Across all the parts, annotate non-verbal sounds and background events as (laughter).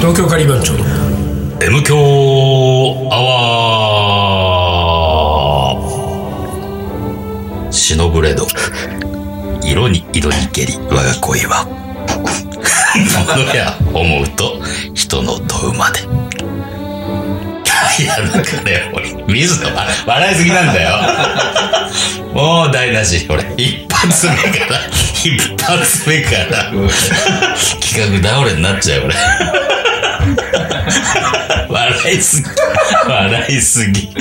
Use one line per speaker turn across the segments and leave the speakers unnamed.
東京カリー番長の
M 強アワーシノブレド色に色にけり我が恋はものや思うと人の問うまでいやなんかね俺水野は笑いすぎなんだよもう台無し俺一発目から一発目から企画倒れになっちゃう俺笑いすぎ笑いすぎ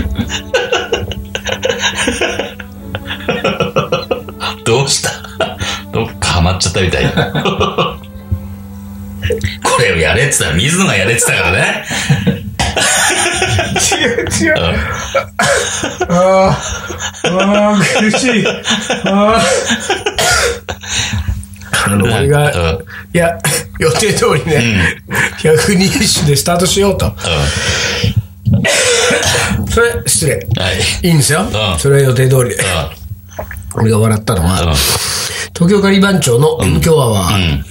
どうしたどっかハマっちゃったみたいこれをやれってたら水野がやれってたからね
違う違うあーあー苦しいあーあの俺が
うん
いや予定通りね、120種でスタートしようとそれ失礼
はい
いいんですよ、
ん
それは予定通りで
う
俺が笑ったのは、
ん
東京カリー番長の M 強アワー、
うん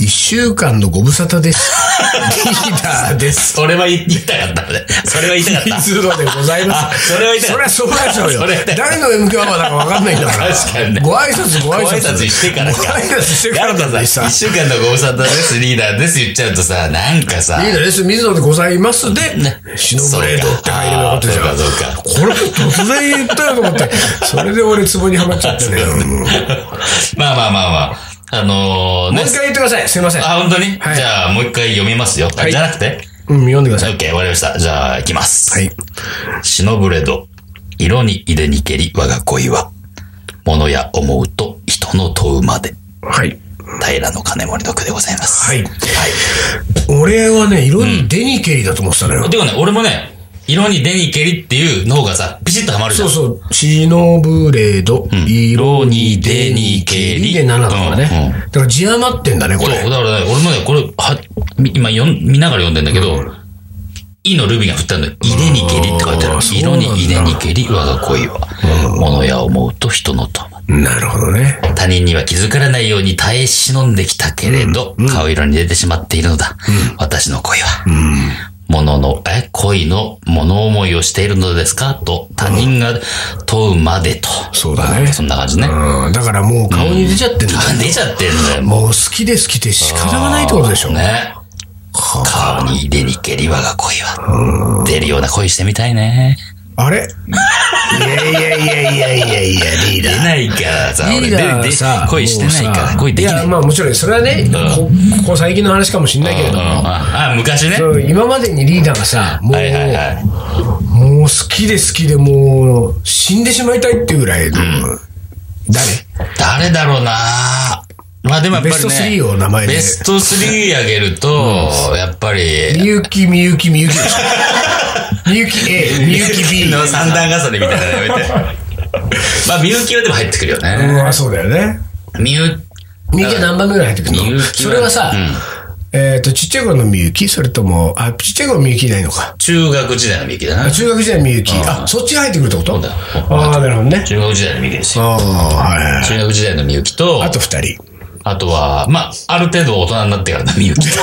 1週間のご無沙汰です。リーダーです。
それは言いたかったねそれは言いたかった
水野でございま
あ
す。
それは痛い
そりゃそうでしょうよ
それは痛。い
誰の M 響アワーだかわかんないんだから。
確かにね
ご挨拶、ご
ご
挨
挨
拶。
拶してから
ご
か。
挨拶してから
やだ
だ
さ、
さ。
一週間のご無沙汰です、リーダーです言っちゃうとさ、なんかさ、
リーダーです。水野でございます。で、シノブレードって入ればよかったじゃん。
そうかそ
こ
うか
れ突然言ったよと思って、それで俺ツボにはまっちゃってね。もう
まあまあまあまあ、あのー、ね
一、回言ってください。すいません。
あ、本当に、
はい
じゃあ、もう一回読みますよ。
い
じゃなくて
うん、読んでください。
?OK、終わりました。じゃあ、行きます。
はい。
シノブレド、色に入れにけり我が恋は、物や思うと人の問うまで、
はい。
平の金森の句でございます。
はい
は
俺はね、色にデニケリだと思ってたのよ。
い。でもね、俺もね、色に出にけりっていうの方がさ、ピシッとハマるじゃ
そ
ん。
うそう。シノブレード、色にデニケリで7だからね。
うん
だから字余ってんだね、こ
そう、
れ。
だからね、俺もね、これ、は、み今読ん、見ながら読んでんだけど、イのルビーが振ったんだよ。入れにけりって書いてあ
あ
る
ー。そうな
色
んだ
に入れにけり、我が恋は。物や思うと人のと。
なるほどね。
他人には気づからないように耐え忍んできたけれど、顔色に出てしまっているのだ。私の恋は。物の、え、恋の物思いをしているのですかと、他人が問うまでと。
そうだね
そんな感じね。
うん。だからもう顔に出ちゃってんだ。
出ちゃってんだよ、もう
もう好きで好きで仕方がないってことでしょ。
ね。顔に入れにけり我が恋は。出るような恋してみたいね。
あれいやいやいやいやいやいや、リー
出
ダー。
ないからさ、
リーダー
俺
はさ、
恋してないから、恋でき
い
な
や、
い。
まあもちろん、それはね、こここ最近の話かもしんないけれど
うんう
も、
んあ、昔ね。
そう今までにリーダーがさ、もう、
はいはいはい。
もう好きで好きでもう死んでしまいたいっていうぐらいの、誰
誰だろうなまあでもやっぱり
ベ
ね。
スト3を名前で
ベスト3あげると、やっぱり、
みゆきみゆきみゆきでしょ (laughs) みゆき A みゆき B
の三段重ねみたいな
(laughs)
のやめて。まあ、みゆきはでも入ってくるよ
う
ね。
んあそうだよね
みゆ、
みゆきは何番目ぐらい入ってく
み
る
ゆき
の
は
それはさ、えっとちっちゃい頃のみゆきそれともあちっちゃい頃のみゆきいないのか
中学時代のみゆきだな。
あ
中
中学時代のみゆきあそっちが入ってくるってこと
うだ
ああなるほどね
学時代のみゆきですよ。
ああはいはい
中学時代のみゆきと、
あと二人
あとは、まあ、ある程度大人になってからのみゆき。
(laughs)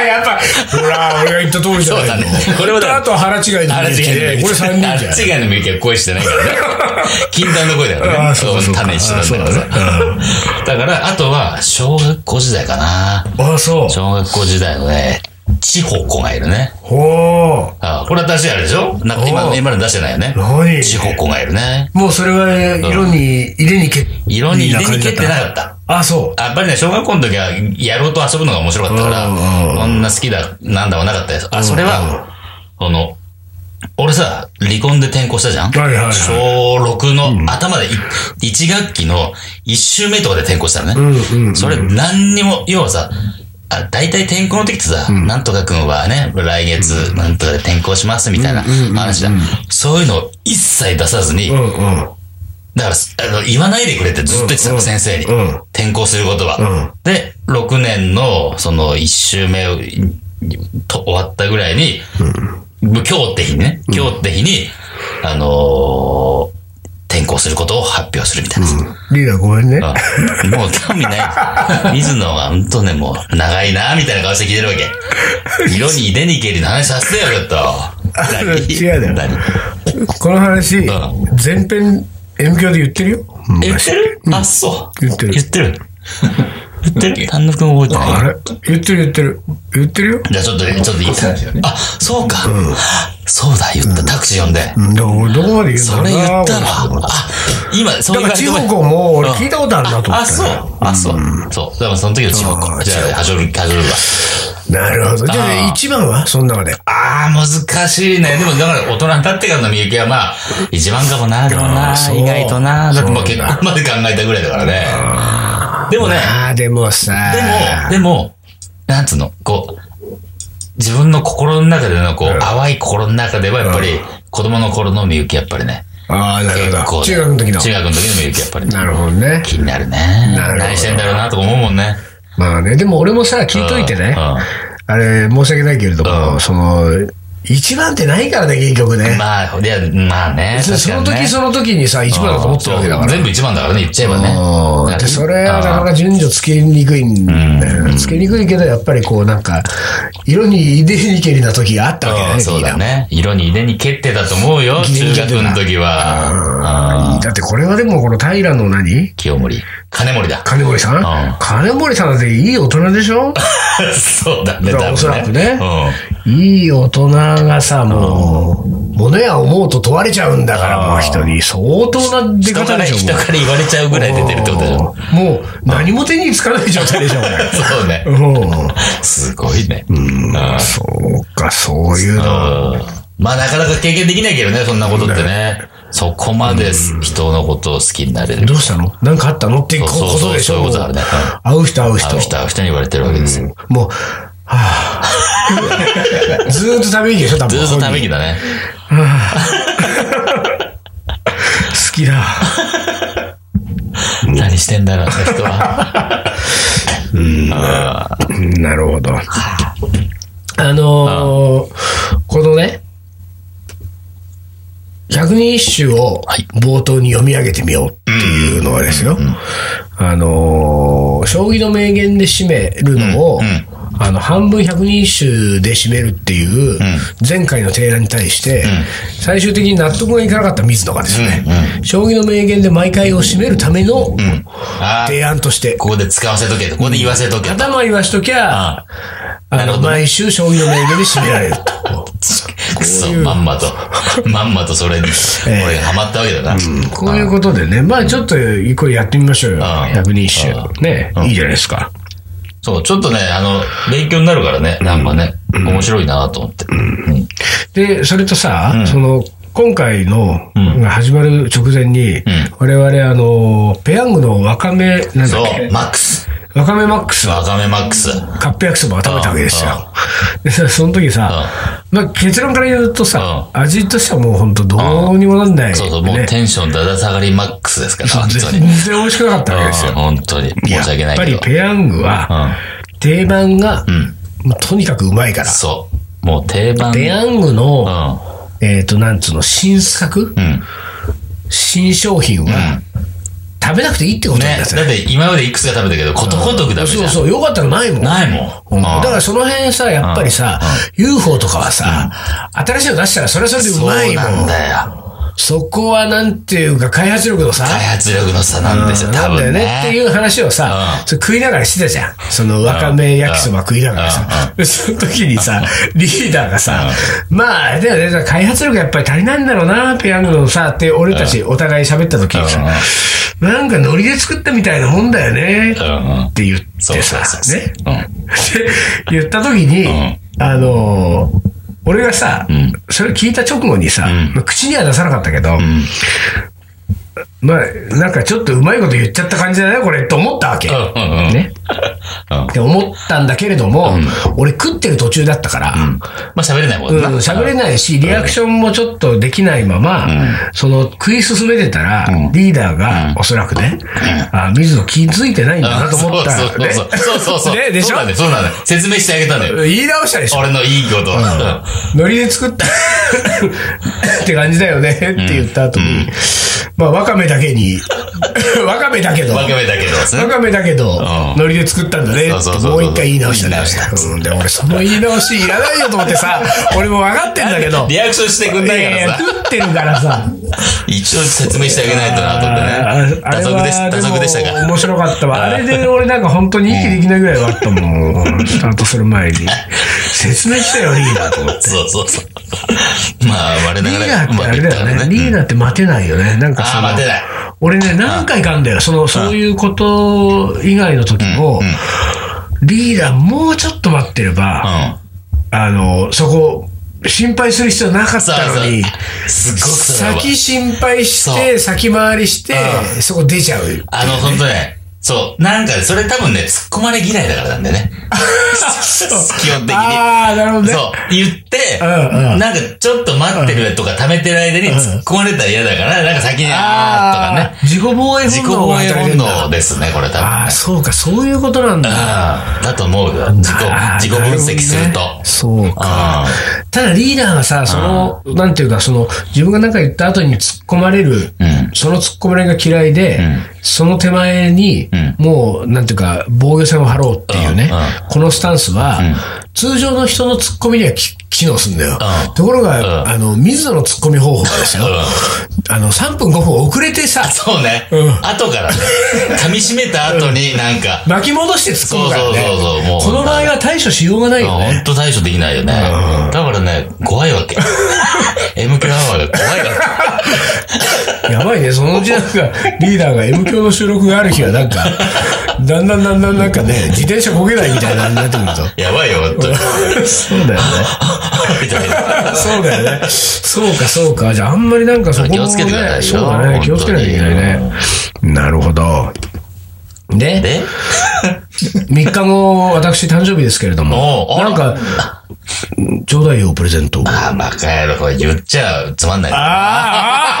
やっぱほら俺が言った通りじゃないの
そうだねこれはだから
あと腹違いの
あれ
みゆき
違
で
い
これ三人じゃん
(laughs) あれ違いのみゆきは恋してないからね。禁断の恋だから
あ
ね。
ーそうかそうか
種してたんだからさ。だから、あとは、小学校時代かな。
ああ、そう。
小学校時代のね、千穂子がいるね。
ほ
あーこれ新しいあれでしょなんか今
お、ー
今の出してないよね。
何
千穂子がいるね。
う。もうそれは色に、入れにけ、
色に入れに蹴ってな
か
かった。
ああ、そう。
やっぱりね、小学校の時は、やろうと遊ぶのが面白かったから、
うんうんうん
こんな好きだ、なんだはなかったです。あ、それは、あの、俺さ、離婚で転校したじゃん、
はいはいはい
小6の頭でい、一1学期の1週目とかで転校したのね。
うんうん。
それ、何にも、要はさ、あ大体転校の時ってさ、なんとかくんはね、来月、なんとかで転校しますみたいな話だ。そういうのを一切出さずに、
うんうん。
だから、あの、言わないでくれってずっと言ってたの、先生に。
うん
転校することは。
うん
で、6年の、その、1周目を、と終わったぐらいに、今日って日にね、今日って日に、あのー転行することを発表するみたいな。
リーダーごめんね。
うん (laughs) もう興味ない。水野は本当ね、もう、長いな、みたいな顔して聞いてるわけ。色に出にけりの話させてよ、ちょっと。何
(laughs) 違うだろ
何
この話
ん、
前編、M 教で言ってるよ。
言ってるあ、そう。
言ってる
言ってる。言ってる丹野くん覚えて
あ
ない。
れ言ってる言ってる。言ってるよ。
じゃあちょっと、ちょっといい
そうですよね
あ、そうか。そうだ、言った。タクシー呼んで。
うんだから俺どこまで言うんだ
そ
ろう
れ
な
言ったら、
俺
あ、今、そう
だから
言われて
地
も
方校も俺聞いたことあるなと思
あ、
って。
そう。あ、そう。そう。だからその時の地方
あ
校。じゃあ、はしょる、はしょるわ。
なるほど。じゃあ
あー
一番はその中で。
ああ、難しいね。でも、だから、大人になってからのみゆきは、まあ、一番かもな、でもな
あー、そう
意外とな。だって、まあ、
そう
結
だ
婚まで考えたぐらいだからね。でもね、
ああ、でもさ。
でも、でも、なんつうの、こう、自分の心の中での、こう、淡い心の中では、やっぱり、子供の頃のみゆき、やっぱりね。
ああ、なる
結
ほ
構
ど。
ね。
中学の時の。
中学の時のみゆき、やっぱり。
なるほどね。
気になるね。
なるほど
何してんだろうな、とか思うもんね。
まあね、でも俺もさ、聞いといてね。
うんうん
あれ、申し訳ないけれど
う
も、その、一番ってないからね、結局ね。
まあ、いや、まあね。
そその
確か
時
にね
その時にさ、一番だと思ってるわけだから。
全部一番だからね、言っちゃえば
うん
ね。
で、それはなかなか順序つけにくいんだよね。つけにくいけど、やっぱりこうなんか、色に出にけりな時があったわけだ
う
ね
ん、そうだね。色に出に蹴ってたと思うよ、
ギリギ
中
リ
学の時は。
リーダーだってこれはでもこの平の何
清盛。金森だ。
金森さ
うん
ん金森さんだっていい大人でし
(laughs)
ょ
そうだね、
だから
多分
おそらくね
う。
いい大人がさ、もう、物や思うと問われちゃうんだから、もう人に。相当なん出
人か
方
ら、
でしょ、
人
もう
から言われちゃうぐらい出てるってことでしょ。
うんもう、何も手につかない状態でしょ、
(laughs) そうね。
(laughs) これ。うん。
すごいね。うん。
そうか、そういうの。
まあ、なかなか経験できないけどね、そんなことってね。そこまで人のことを好きになれる。
どうしたのなんかあったのってこ
そうそう
ことでし
そう
ょ。
いうことあるね
会う人会う人
会う。人会う人に言われてるわけですよ。
もう、はぁ。
(laughs)
ずーっとため息でしょ、多分。
ずーっとため息だね。
好きだ。
何してん
(laughs)
だろう、あの人は。
なるほど。あのーこのね、百人一首を
はい
冒頭に読み上げてみようっていうのはですよ、あのー将棋の名言で締めるのを、
うんうん
あの半分百人一首で締めるっていう前回の提案に対して、最終的に納得がいかなかった水野がですね、将棋の名言で毎回を締めるための
あー
提案として、
ここで使わせとけと、ここで言わせとけと。
頭言わしときゃ、あ
なる
の、
ほどね
毎週将棋の名言で締められる
(laughs)
と。
くそ、まんま
(laughs)
と。まんまとそれに、
ええ
俺がハマったわけだな。
こういうことでね、まあちょっと、これやってみましょうよ。
ああ
百人一
あ
首。ね、いいじゃないですか。
そう、ちょっとね、あの、勉強になるからね、なんかね、面白いなと思って。うん
で、それとさ、その、今回の、が始まる直前に、我々、あの、ペヤングのわかめ、なんだ
そ
っけ、
う、マックス。
わかめマックス
わかめマックス。
カップ焼きそばを食べたわけですよ。でさ、その時さ、まあ結論から言うとさ、味としてはもう本当どうにもなんない。
そうそう、もう
ね
テンションだだ下がりマックスですから、本当
全
に。
然美味しくなかったわけですよ
うん。本当に。申し訳ないけ
やっ
ど
ぱ。りペヤングは、定番が、もうとにかくうまいから。
そう。もう定番。
ペヤング
う
の、
ん。
えっ、と、なんつうの、新作、
うん。
新商品は、食べなくていいってことなん
ね
で、す
だ
よ。
って今までいくつか食べたけど、ことごとくダメじゃ
そ
ん
う。そう、よかったのないもん。
ないもん。
うん
うん
だからその辺さ、やっぱりさ、UFO とかはさ、新しいの出したらそれはそれでうまい
そうな
も
ん
ん。
だよ。
そこはなんていうか、開発力のさ、
開発力の差なんですよ、多
なんだよ
分
ねってい
ね。
う話をさ、それ食いながらしてたじゃん。そのわかめ焼きそば食いながらさ。でその時にさ、リーダーがさ、まあ、あれだよね、開発力やっぱり足りないんだろうな、ペヤングのさ、って俺たちお互い喋った時にさ、なんかノリで作ったみたいなもんだよね、
うんうん
って言ってさ、ね。
うん。
って言った時に、
ん
あのー俺がさ、
ん
それ聞いた直後にさ、まあ口には出さなかったけど、まあ、なんかちょっとうまいこと言っちゃった感じだな、これ、と思ったわけ。
うんうんうん。
ね。
うん
って思ったんだけれども、俺食ってる途中だったから、
まあ喋れないも
うんん
な。
喋れないし、リアクションもちょっとできないまま、その食い進めてたら、リーダーが、おそらくね、あ、水野気づいてないんだなと思ったら、ね
そうそうそうそうそう。
ねでしょ
そうなんだよ、そうなんだよ。説明してあげたんだよ。
言い直したでしょ
俺のいいこと。
(laughs) ノリで作ったって感じだよねって言った後に、まあ、わかめだけに、 (laughs) わかめだけど、
わかめだけどですね
わ。かめだけど、
ん
海苔で作ったんだね。
そうそうそうそう
もう一回言い直したんだよ
言い直した
うんで、俺、その言い直しいらないよと思って
(laughs)
さ、俺も分かってんだけど。
リアクションしてくんないから
いやいや
さ。
食ってるからさ。
一応説明してあげないとなと思ってね。
あ
打
れ
足でした、
は、
打足でした
でも
が。
面白かったわ。あれで俺なんか本当に息できないぐらい終わったもん。スタートする前に。
(laughs)
説明したよ、リーダーと思って。
そうそ
(laughs)
うそう。まあ、我な
リ
が
ー
ら
ダー
う
ってあ
まくい
れ
ったか
だよ
ら
ね。
ね。
リーダーって待てないよね。なんかその、
あー待てない
俺ね、何回かあんだよ。その、そういうこと以外の時も、リーダーもうちょっと待ってれば、
うん。
あの、そこ、心配する必要なかったのに、
すっごくそれは
先心配して、先回りして、そこ出ちゃう。
あの、本当ね、そう、なんか、それ多分ね、突っ込まれ嫌いだからなんだよね。基本的に。
ああ、なるほどね。
そう、言って、
うんうん
なんか、ちょっと待ってるとか、溜めてる間に突っ込まれたら嫌だから、なんか先に、あーとか
あ
ね。
あ、自己防衛
自己
本能
防
が
衛
働いて
本
んだ
能ですね、これ多
あ
分
あ、
ね。
そうか、そういうことなんだ。
ああ、だと思うよ。自
あー
己、自己分析すると
な。ほどねそうか
あ。
ただリーダーがさ、その、なんていうか、その、自分が何か言った後に突っ込まれる、
うん。
その突っ込まれが嫌いで、
ん
その手前に、
うん
もう、なんていうか、防御線を張ろうっていうね、
うんうん
このスタンスは、
ん
通常の人の突っ込みにはき機能するんだよ。
うん
ところが、
うん
あの、水野の突っ込み方法がですよ、 (laughs) あの、3分5分遅れてさ、
そうね。
うん
後からね。噛み締めた後になんか、
巻き戻して突っ込むからね。
そうそうそうそうもう
この場合は対処しようがないよ
本
ね。
当対処できないよね。だからね、怖いわ
(laughs)
け。M 級アワーが怖いわ
やばいね、そのうちなんか、リーダーが M 響の収録がある日はなんか、だんだんだんだんなんかね、自転車こげないみたいなになってくると。
け。やばいよ、本当に。
そうだよね。
(laughs) みたいな。
そうだよね。そうか、そうか。じゃあ、あんまりなんかそこも、ね、
気をつけてくださいよ
そうだね。気をつけなきゃいけないね。なるほど。で、
で、
3日後、私誕生日ですけれども
お、うあ
な
ら
んか、ちょうだいよ、プレゼントを。
あ、バカ野郎、これ言っちゃつまんない。も
ああ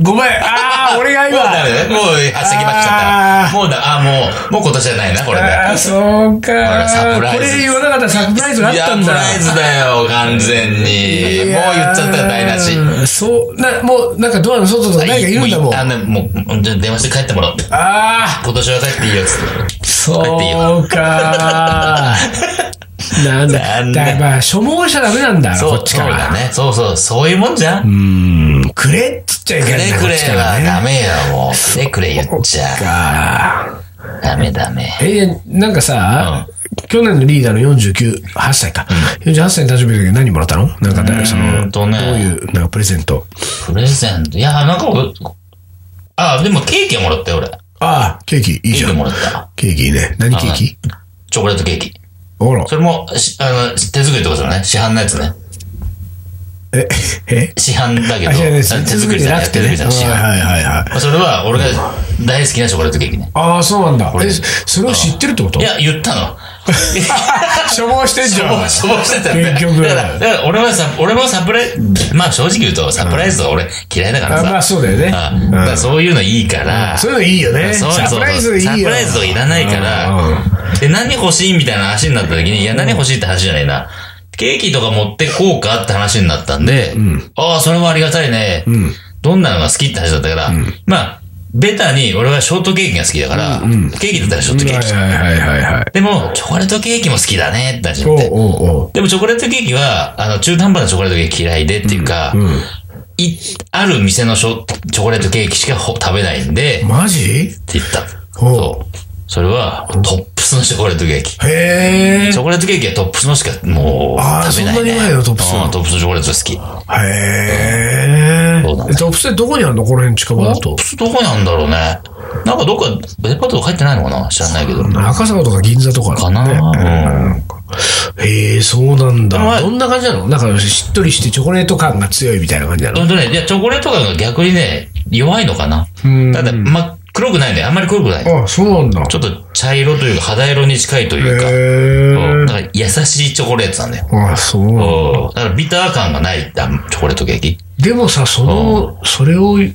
ごめん、ああ、俺が
うダメだね。もう、はしゃぎまっちゃ
あ
った。
ー
もうだ、あ、もう、もう今年じゃないな、これね。
ああ、そう
あら
か。
サプライズ
これ言わなかったらサプライズがあっ
いや、
たん
プ
だ。
ライズだよ、完全に。もう
い
言っ
やー
ちゃったら台無し。
そう、な、もう、なんかドアの外とか何かいるんだもん。
あ
あ
の、もう、じゃあ電話して帰ってもらおうって。
あ
今年は帰っていいよ、つって。
ー、そう
(laughs)
か。なんだ、
残念
だからまあ、所望者ダメなんだ、
そう
こっちか
そうだ
ら。
ね。そうそう、そういうもんじゃん。
うん、くれっつっちゃい
く
けない
れ
んだ
く
こ
れ
っちから
は
ね。
ダメよ、もう。くれくれ言っちゃ。
あ
ダメダメ。
ーえ、なんかさ、去年のリーダーの49、8歳か。48歳の誕生日の時何もらったのなんかだ、そ
ーん
の、ど
と
う
ね
いう、なんかプレゼント。
プレゼント。いや、なんか俺、あ、でもケーキはもらったよ、俺。
ああ、ケーキ、いい
ケ
じ
ー
ゃ
キ
ん
も。らった。
ケーキいいね。何ケーキ
チョコレートケーキ。
あら。
それも、しあの、手作りってことだね。市販のやつね。
え、え
市販だけど、
あ、知らないです。
あ手作りじ
じ
ゃ
ゃ
な
な
く
く
て、
て
手
ね。
作りじゃなくて市販。
はいはいはい。
まあそれは、俺が大好きなチョコレートケーキね。
ああ、そうなんだ。
れ
え、それを知ってるってこと
いや、言っ
(laughs)
たの。
処方してんじ
そう、 (laughs) そうしてたんだよ
結局
だから、だから俺はさ、俺もサプライズ、まあ正直言うと、サプライズは俺嫌いだから
あ
さ。
まあそうだよね
あだからそういうのいいから。
そういうのいいよね。
そうそうそう
サプライズいいよ。
サプライズとかいらないか
うんうん
ら、で、何欲しいみたいな話になった時に、いや、何欲しいって話じゃないな。ケーキとか持ってこうかって話になったんで、ああ、それもありがたいね。どんなのが好きって話だったから、まあ、ベタに俺はショートケーキが好きだから、ケーキだったらショートケーキ。
はいはいはいはいはい。
でも、チョコレートケーキも好きだねって話に
お
な
う
って。
おうおう。
でもチョコレートケーキは、あの、中途半端なチョコレートケーキ嫌いでっていうか、い、ある店のショチョコレートケーキしかほ食べないんで、っ
マジ
て言った。
ほう
そう。それは、トップスのチョコレートケーキ。
へえ。
チョコレートケーキはトップスのしかも
あ
う
ー
食べない、ね。
そんなにうまいのトップス
うんトップスのチョコレート好き。
へえ。
そうなんだ
トップスってどこにあるのこの辺近場だ
トッ
と
プ。スどこにあるんだろうね。なんかどっか、デパートとか入ってないのかな知らないけど。
赤坂とか銀座とか
か
ね
なうん。
へえ、そうなん
まあ
だ。どんな感じなのなんかしっとりしてチョコレート感が強いみたいな感じなの
ほんとね、いや、チョコレート感が逆にね、弱いのかな。
ん
ただ、ま、黒くないね。あんまり黒くない。
あ、そうなんだ。
ちょっと茶色というか肌色に近いというか、うん
へ
だから優しいチョコレートなんだよ。
え。あ、そうなんだ。
うんだからビター感がないあチョコレートケーキ。
でもさ、その、それを言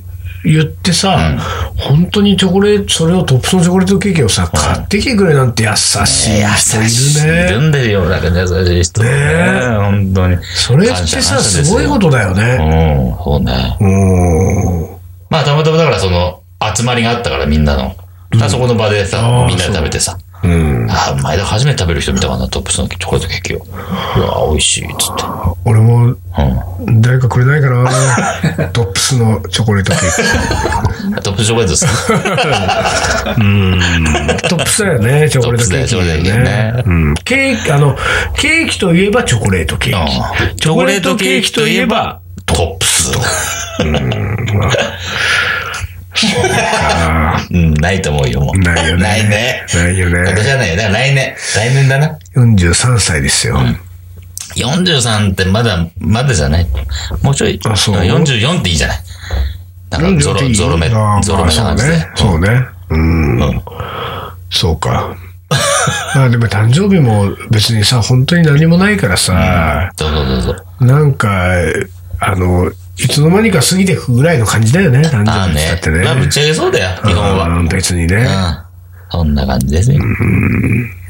ってさ、本当にチョコレート、それをトップスのチョコレートケーキをさ、買ってきてくれなんて優しい人い
い
る
る
ね。
んだよ、だから優しい人。ね
ね
本当に。
それって
感謝
さ、
感謝ですよ
ごいことだよ
う
ね。
ん、そうね。
うん。
まあ、たまたまだからその、集まりがあったからみんなの。だからそこの場で
あ
さ
ー、
みんなで食べてさ。
うん。
あー前田初めて食べる人見たかな、トップスのチョコレートケーキを。うわー、美味しい、つって。
俺も、
う
誰かくれないかな (laughs) トップスのチョコレートケー
ん。トップスチョコレートです。
キ。 (laughs) うん。トップスだよね、チョコレートケーキ
トップスだよチョコレートケ
だよ
ー
ね。うん。ケーキ、あの、ケーキといえばチョコレートケー
う
キ。
ん
チョコレートケーキといえば、
トップス。
あ
(laughs) うん、ないと思うよ、もう。
ないよね
ないね。
ーないよ
今年
ね。
はないよ。だから来年。来年だな。
43歳ですよ。
43ってまだ、まだじゃない。もうちょい。
あそう
44っていいじゃない。だからゾロ、ゾロ目、
あー
ゾロ目な
まあ
感じで。
そうね。そうね。うん。
うん
そう
(laughs)
か。まあでも誕生日も別にさ、本当に何もないからさ、
どうぞどうぞ。
なんか、あの、いつの間にか過ぎてくぐらいの感じだよね、誕
ああ
生日だ
ね
ってね。。
まあ、ぶっちゃけそうだよ、日本は。
うん別にね。
うん。そんな感じですね。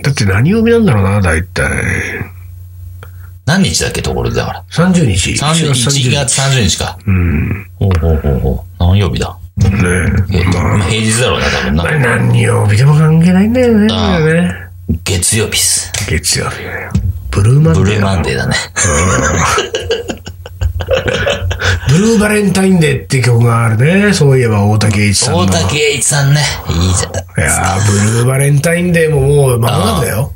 だって何曜日なんだろうな、大体。
何日だっけ、ところでだから。
30日。
30 1月30日か。
うん。ね
ほうほうほうほう。何曜日だえまあ平日だろうな、多分
あ
な。
れ何曜日でも関係ないんだよね。
ああ
これね
月曜日っす。
月曜日だよ。ブルーマンデーだ
ブルーマンデーだね。
ブルーバレンタインデーって曲があるね。そういえば大竹栄一さんの。
大竹栄一さんね。いいじゃん。
いやー、ブルーバレンタインデーももう間もなくだよ。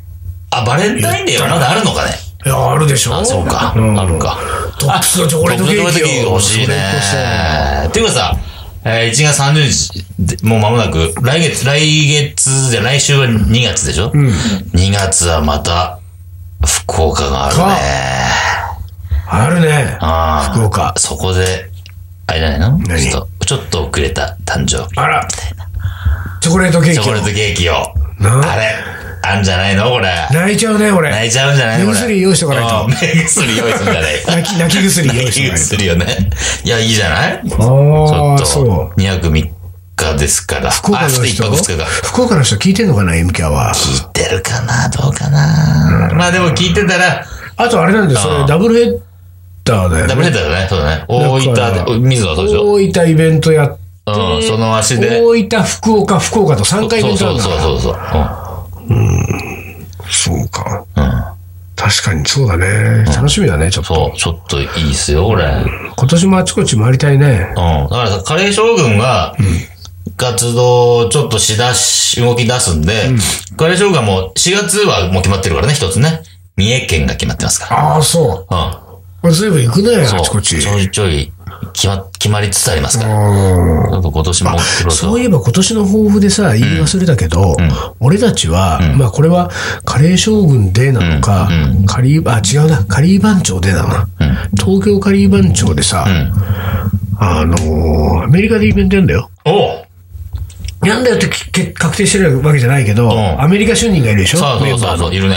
あ、バレンタインデーはまだあるのかね。
いやー、あるでしょ。
あ、そうか。
ん
あるか。
トップスのチョコレートケーキを
トップスのチョコレート欲しいね。っていうかさ、えー1月30日で、もう間もなく、来月、来月じゃ、来週は2月でしょ、う ?2 月はまた、福岡があるね。
あるね。
あ
福岡
あ。。そこで、あれじゃないの
何
ちょっと、ちょっと遅れた誕生日。
あら。チョコレートケーキ
チョ
を
コレートケーキを。
な
あれ、あんじゃないのこれ。
泣いちゃうね、俺。
泣いちゃうんじゃないこ
目
れ
薬用意しとかないと
うん目薬用意するんじゃな
(laughs)
い
泣き、泣き薬用意
い
し
い
てないと。
薬よね。いや、いいじゃないちょ
あ
っ
あ、そう
と、。2泊3日ですから。
福岡
あちょっ
の
と一
人
泊二日か。、
福岡の人聞いてんのかな、MK は。
聞いてるかなどうかなまあでも聞いてたら、
あとあれなんだよ、それダブルヘッダーだよね。
ダブルヘッダーだね。そうだね。大
だから
分で、水野はそうでしょ
大分イベントやっ
うん、その足で。
大分、福岡、福岡と3回イ
そ
ベント
う
あ
そ
るん
う
だ
そうそうそう。
そうか。
うん。うん
確かにそうだね。楽しみだね、ちょっと。
そう、ちょっといいっすよ、これ。うん。
今年もあちこち回りたいね。
だからさ、カレー将軍が、活動をちょっとしだし、動き出すんで、カレー将軍はもう4月はもう決まってるからね、一つね。三重県が決まってますか
ああ、そ
ら。うん。
う。ずいぶん行くね、
そう
あちこち。
ちょいちょい決ま決まりつつありますから。
うん
ちょっと今年も持ってくると
そういえば今年の抱負でさ、言い忘れたけど、俺たちは、まあこれはカレー将軍でなのか、カリー、あ、違うな、カリー番長でなのな。東京カリー番長でさ、あのーアメリカでイベントやんだよ。
おう
やんだよってきけ確定してるわけじゃないけど、
ん
アメリカ主任がいるでしょ
そう
メン
そうそ
バ
う
ーの
そう、いるね。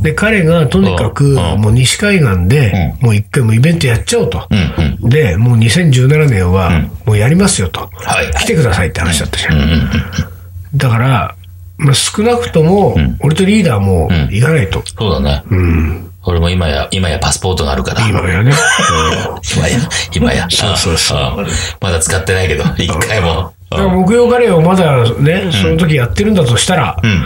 で、彼がとにかく、
うん
もう西海岸で、もう一回もうイベントやっちゃおうと。
うん。うんうん。
で、もう2017年は、もうやりますよと。
はい
来てくださいって話だったじゃん。
うんうんうん。
だから、まあ、少なくとも、俺とリーダーも行かないと。
そうだね。
うん。
俺も今や、今やパスポートがあるから。
今や (laughs) ね。
今や、今や。そ
(laughs)
う
そうそ
まだ使ってないけど、一回も。
だから木曜カレーをまだね、その時やってるんだとしたら、
うん。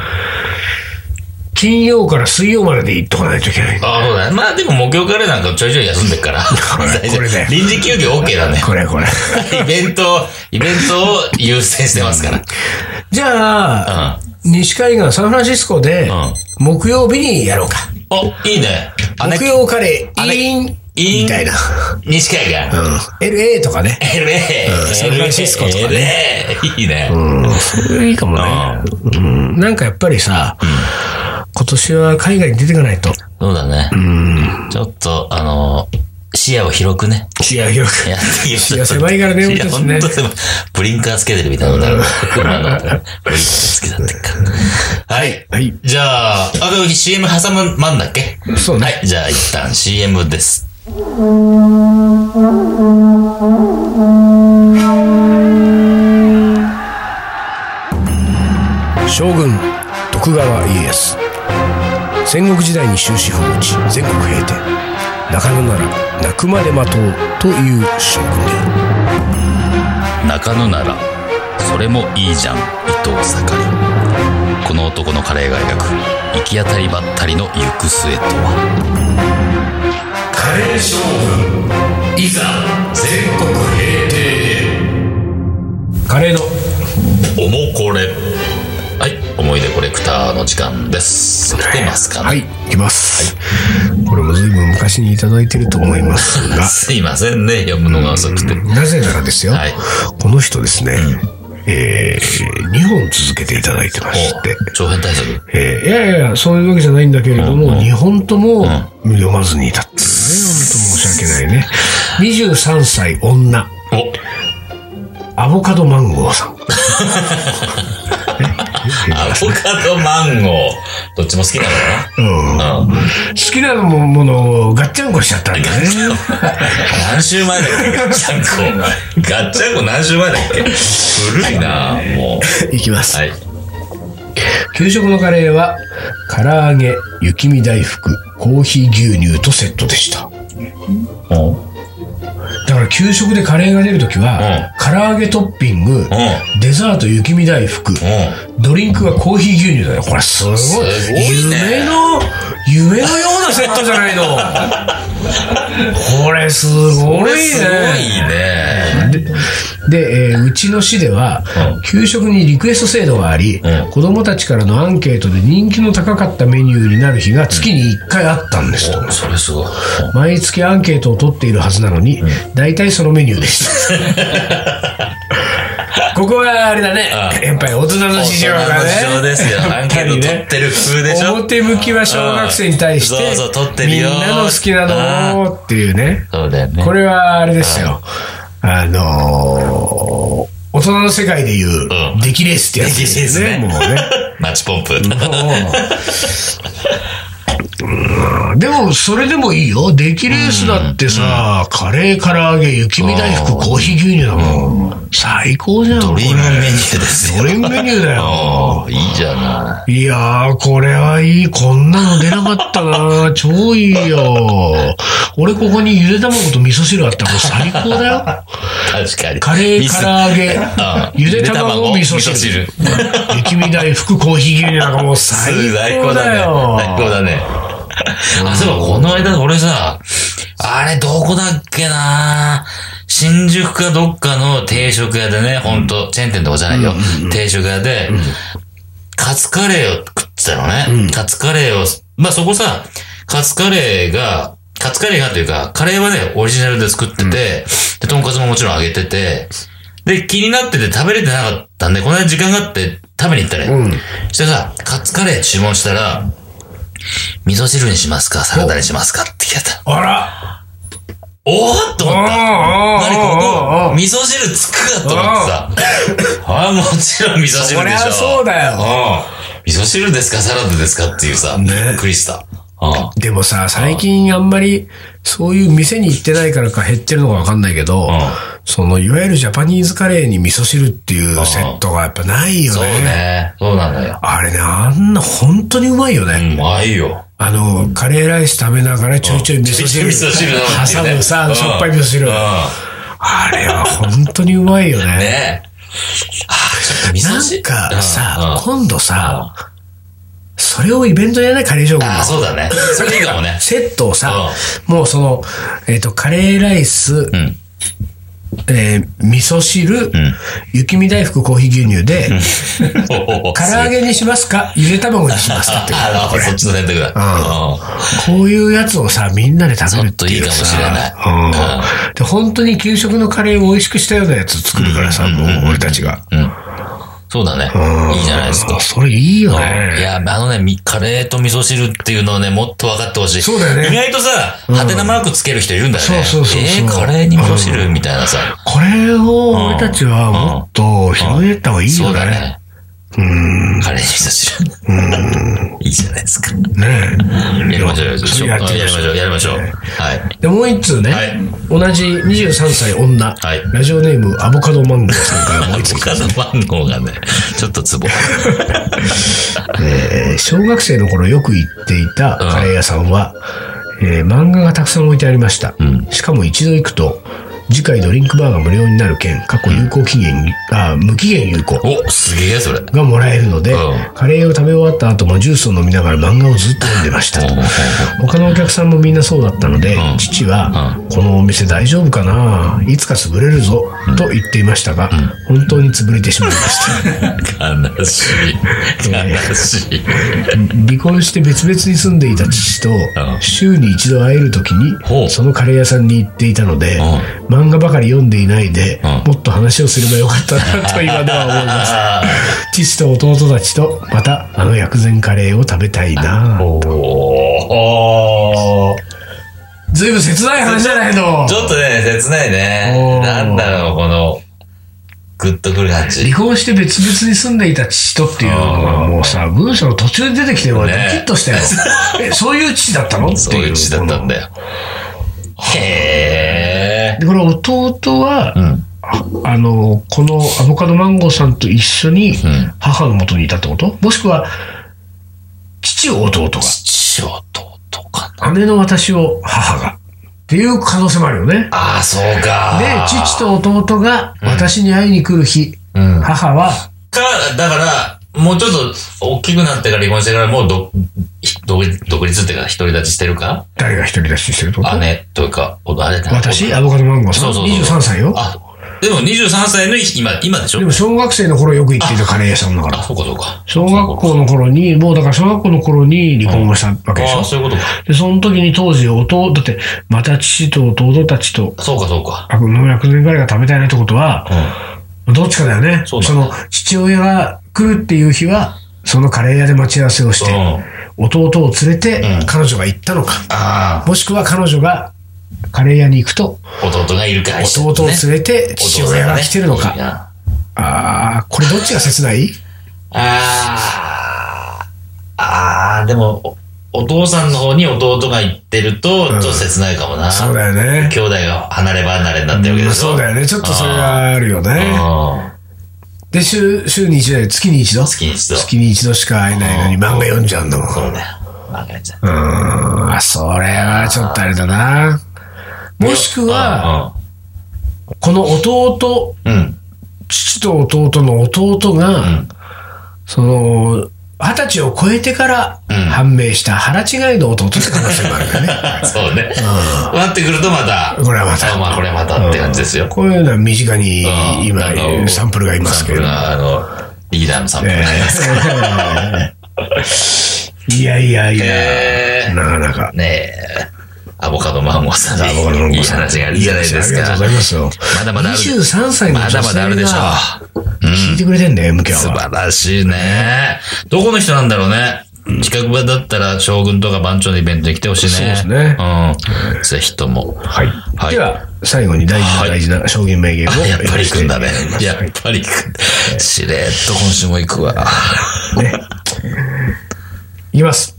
金曜から水曜までで行っとかないといけない。
ああ、そうだね。まあでも、木曜カレーなんかちょいちょい休んで
(laughs)
っから。大丈
これね
夫臨時休業 OK だ
(laughs)
ね。
これこれ。
イベント、イベントを優先してますから。
じゃあ、西海岸サンフランシスコで、木曜日にやろうか。
うん。お、いいね。あね
木曜カレー、
あれ
イン、
イン
みたいな。
西海岸。
LA とかね。
LA。
サンフランシスコとか
LA。いいね。
うん、いいかもね。うん、なんかやっぱりさ、今年は海外に出ていかないと。
そうだね。ちょっと、あの、視野を広くね。
視野広く。
やってい
視野狭いからね
視野
俺たち
本
ね
当狭い。ブリンカーつけてるみたいなのだろ車の。ブリンカーつけたってっか。はい。
はい。
じゃあ、あと CM 挟むまんだっけ
そうね
はい。じゃあ、一旦 CM です。
将軍徳川家康戦国時代に終止符を打ち全国平定中野なら泣くまで待とうという将軍である
泣中野ならそれもいいじゃん伊藤盛りこの男のカレーが描く行き当たりばったりの行く末とは
カレー将軍いざ全国平定へ
カレーの
おもこれはい思い出コレクターの時間です来てますかね、
はいいきます、これも随分昔にいただいてると思いますが
すいませんね読むのが遅くて
なぜならですよ、
はい
この人ですね、えー、2本続けていただいてまして、
お長編対策
えーいやいやいや、そういうわけじゃないんだけれども、
うんうん
日本とも読まずにいたっていうね、本当申し訳ないね。23歳女、
お
アボカドマンゴーさん。
アボカドマンゴーどっちも好きなの
うん、好
かなうん
きなものものをガッチャンコしちゃったんだね。 (laughs)
何週前だっけガッチャンコガッチャンコ何週前だっけ古いなもう
いきます。
はい
給食のカレーは、唐揚げ、雪見大福、コーヒー牛乳とセットでした。
おう
だから給食でカレーが出るときは、唐揚げトッピング、
ん
デザート雪見大福、
う
ドリンクはコーヒー牛乳だよ。これすごい。
すごいね
夢の、夢のようなセットじゃないの。これすご
ん
い
すご
ね。
いね
で、えーうちの市では、
うん
給食にリクエスト制度があり、
うん
子供たちからのアンケートで人気の高かったメニューになる日が月に1回あったんですと。
おそれすごい
毎月アンケートを取っているはずなのに、大体そのメニューで
(laughs)
した。ここはあれだね
ああ。
やっぱり大人の事情がね。
大人の事情ですよ
(laughs)
アンケート取ってる風でしょ
表向きは小学生に対して、
うんそうそう取ってるよ
みんなの好きなのっていうね。
そうだよね
これはあれですよ。あのー大人の世界でいう
う、ん
出来レースってやつですね。も
出
う
来
ね。
マッチポンプ
うんでも、それでもいいよ。出来レースだってさ、カレー、唐揚げ、雪見大福、コーヒー牛乳だもん。最高じゃん。
ドリーム
これ
メニューですよ
ドリームメニューだよ。
(laughs) おいいじゃない
やー、これはいい。こんなの出なかったな
(laughs)
超いいよ。俺ここにゆで卵と味噌汁あったらもう最高だよ。
い確かに
カレー、
ミス
唐揚げ、ゆで卵、味噌
味
汁
噌汁。
雪見大福、コーヒー牛乳なんかもう最
最
高
高だ
だ
ね。
よ。
最高だね。あ、そういえばこの間俺さ、あれどこだっけな新宿かどっかの定食屋でね、ほんと、チェーン店とかじゃないよ。定食屋で、カツカレーを食ってたのね。カツカレーを、まあそこさ、カツカレーが、カツカレーがというか、カレーはね、オリジナルで作ってて、で、トンカツももちろん揚げてて、で、気になってて食べれてなかったんで、この間時間があって食べに行ったね。
うん
そしたらさ、カツカレー注文したら、味噌汁にしますかサラダにしますかって聞いた。
あ
(laughs)
ら
おーっと思った。
おーおー
何
おー
こ
おー
こ味噌汁作ると思ってさ。あーもちろん味噌汁
そり
で
ゃ
しょ。
そうだよ
うん。味噌汁ですかサラダですかっていうさ、
ね
びっくりした。う
でもさ、最近あんまりそういう店に行ってないからか減ってるのかわかんないけど、
ん
そのいわゆるジャパニーズカレーに味噌汁っていうセットがやっぱないよ
ん。そう
ね。
ね。そうなのよ。
あれね、あんな本当にうまいよね。
うん、あいよ。
あの、カレーライス食べながらちょいちょい味噌汁
味噌汁飲むっていうね
挟むさ、あのしょっぱい味噌汁。
うん。
あれは本当にうまいよね。
ねえ。あー、ちょっと味噌
な
汁。
んか
うんう
さ
ん、
今度さ、それをイベントやないカレー将軍の。
あー、そうだね。それいいかもね
セットをさ、もうその、えっ、と、カレーライス、
ん
えー味噌汁、雪見大福、コーヒー牛乳で、
唐
(laughs) 唐揚げにしますかゆで卵にしますかっていう。
ああ、そっちの選択だ。うん。
こういうやつをさ、みんなで食べるっていう
ちょっ
も
といいか
しれない。うん。で、本当に給食のカレーを美味しくしたようなやつ作るからさ、もう俺たちが。
そうだね。いいじゃないですか。
それいいよ
い
ね。
や、あのね、みカレーと味噌汁っていうのをね、もっと分かってほしい。
そうだよね
意外とさ、ハテナマークつける人いるんだよね。
そうそうそうそう
えーカレーに味噌汁みたいなさ。
これを俺たちはもっと広げた方がいい
そ
よ
うだ
ね。
ね。カレーに味噌汁。いいじゃないですか。や
ねえ
りましょう、やりましょう。
や
や
ってみま
りま
し
し
ょう
ょう、やりましょう。はい。
で、もう一通ね、
はい
同じ23歳女、
はい
ラジオネームアボカドマンゴーさんからもう一通、
他のマンゴーがね、ちょっとツボ。
えー (laughs) 小学生の頃よく行っていたカレー屋さんは、えー漫画がたくさん置いてありました。しかも一度行くと、次回ドリンクバーが無料になる券、過去有効期限、あ、無期限有効
お、すげえ、それ。うん。
がもらえるので、
うん
カレーを食べ終わった後もジュースを飲みながら漫画をずっと読んでましたと。他のお客さんもみんなそうだったので、
うん
父は、このお店大丈夫かないつか潰れるぞ、と言っていましたが、本当に潰れてしまいまし
(laughs)
た。
悲しい。悲しい。
離婚して別々に住んでいた父と、週に一度会える時
ほう
に、そのカレー屋さんに行っていたので、
う
漫画ばかり読んでいないで、
う
もっと話をすればよかったなと今では思います。
(laughs) あ
父と弟たちと、またあの薬膳カレーを食べたいな
あ。おー。
ずいぶん切ない話じゃないの
ちょっとね、切ない
お
ね。
ー
なんだろう、この、グッとくる感じ。
離婚して別々に住んでいた父とっていうの
あ
が
ー
もうさ、文章の途中で出てきて俺
ね
ドキッとしたよ。え、そういう父だったのっていう。
(laughs) そういう字だったんだよ。へ
で、この弟は、
ー。うん。
ああの、このアボカドマンゴーさんと一緒に
ん
母の元にいたってこともしくは、父を弟が、
父弟かな。
姉の私を母が。っていう可能性もあるよね。
ああ、そうか。
で、父。と弟が私に会いに来る日、
うん。か、
母は、
だから、もうちょっと大きくなってから離婚してから、もうど、ひ独立独立っていうか、独り立ちしてるか
誰が一人出ししてるってこと
姉というか、おあれだ
私アボカドマンゴーさ
そ
ん。
うそうそう。
23歳よ。
あ、でも23歳の今、今でしょ
でも小学生の頃よく行っていたカレー屋さんだか
あ、
ら。
そうかそうか。
小学校の頃に、もうだから小学校の頃に離婚をしたわけでし
あ
ょ
あ、。そういうことか。
で、その時に当時弟、だって、また父と弟たちと、
そうかそうか。
あこの薬膳カレーが食べたいなってこと
う
は、
ん。
どっちかだよね。
そうだ
の、父親が来るっていう日は、そのカレー屋で待ち合わせをして、弟を連れて
うん
彼女が行ったのか。
ああ、
もしくは彼女がカレー屋に行くと、
弟がいるから。
弟を連れて父親が来てるのか。
か。
ああ、これどっちが切ない
ああ、ああ、でも、おお父さんの方に弟が行ってると、ちょっと切ないかもな。
そうだよね。
兄弟が離れ離れになってるわけ
う
で
ん
しょ。
そうだよね。ちょっとそれがあるよね。
ね。
で、週、週に一度、月に一度
月に一度
月に一度しか会えないのに
うん
漫画読んじゃうんだもん。
そう
う
だよ。わかっちゃう。
ーん、それはちょっとあれだな。もしくは、この弟、
うん、うん。
父と弟の弟が、
ん
その、二十歳を超えてから
うん
判明した腹違いの弟って可能性もあるよね。
そうね。なってくるとまた。
これはまた
あまあ、これま (laughs) たって感じですよ。
こういうのは身近に今
あの、
サンプルがいますけれど。
サンプルがあの、リーダーのサンプルがありますか
(laughs)
ら。
いやいやいや、
えー
なかなか。
ねえ、アボカドマンゴーさん
アボカドマンゴ
にいい
ーさん
話があるじゃないです
いい話ありがと
か。
うございますよ。
まだまだある。
23歳の
ま
女性
だ
が
まだあるでしょう。
聞いてくれてんだよ、MK
素
は。
晴らしいね。どこの人なんだろうね。近く場だったら将軍とか番長のイベントに来てほしいね。
そうですね
うん。ぜひとも。
はい。
はい
では、最後に大事な大事な証言名言を。
あやっぱり行くんだね。やっ
はい
ぱり行く。しれっと今週も行くわ。
いきます。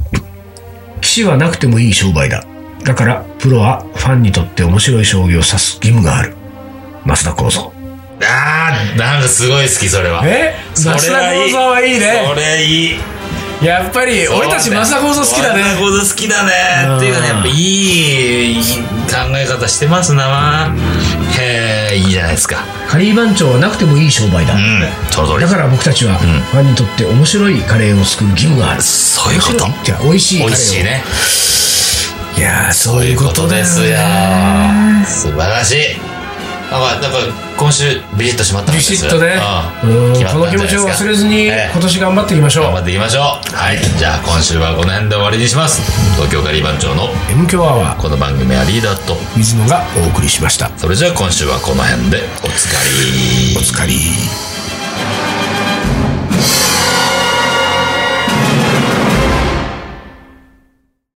騎士はなくてもいい商売だ。だから、プロはファンにとって面白い将棋を指す義務がある。増田幸三。
あー、なんかすごい好き、それは。
え
それ
増田
はいい
幸三はいい
そ
ね。
れいい。
やっぱり、俺たち増田幸三好きだ
俺たち
ね。
ゴーズ好きだね。
うん
っていうかね、やっぱいいいい考え方してますな。へえ、いいじゃないですか。
カリー番長はなくてもいい商売だ
う。ん、その通
だ
り。
から僕たちは、ファンにとって面白いカレーを作る義務がある。
そういうこと
じゃあ、美味しい
美
カレーを。
味しいね。
いやー、そういうこと
で
ですす
よ
よ。。
素晴らしい。あ、なんか今週ビシッとしまったん
ビ
です
シッとね、うん
決まったん
この気持ちを忘れずに、
じゃないですかええ
今年頑張っていきましょ
頑張
う。
っていきましょう。はい。じゃあ今週はこの辺で終わりにします。東京カリー番長の
M 強アワー、
この番組はリーダーと。
水野がお送りしました。
それじゃあ今週はこの辺でおつかり。
お疲れ。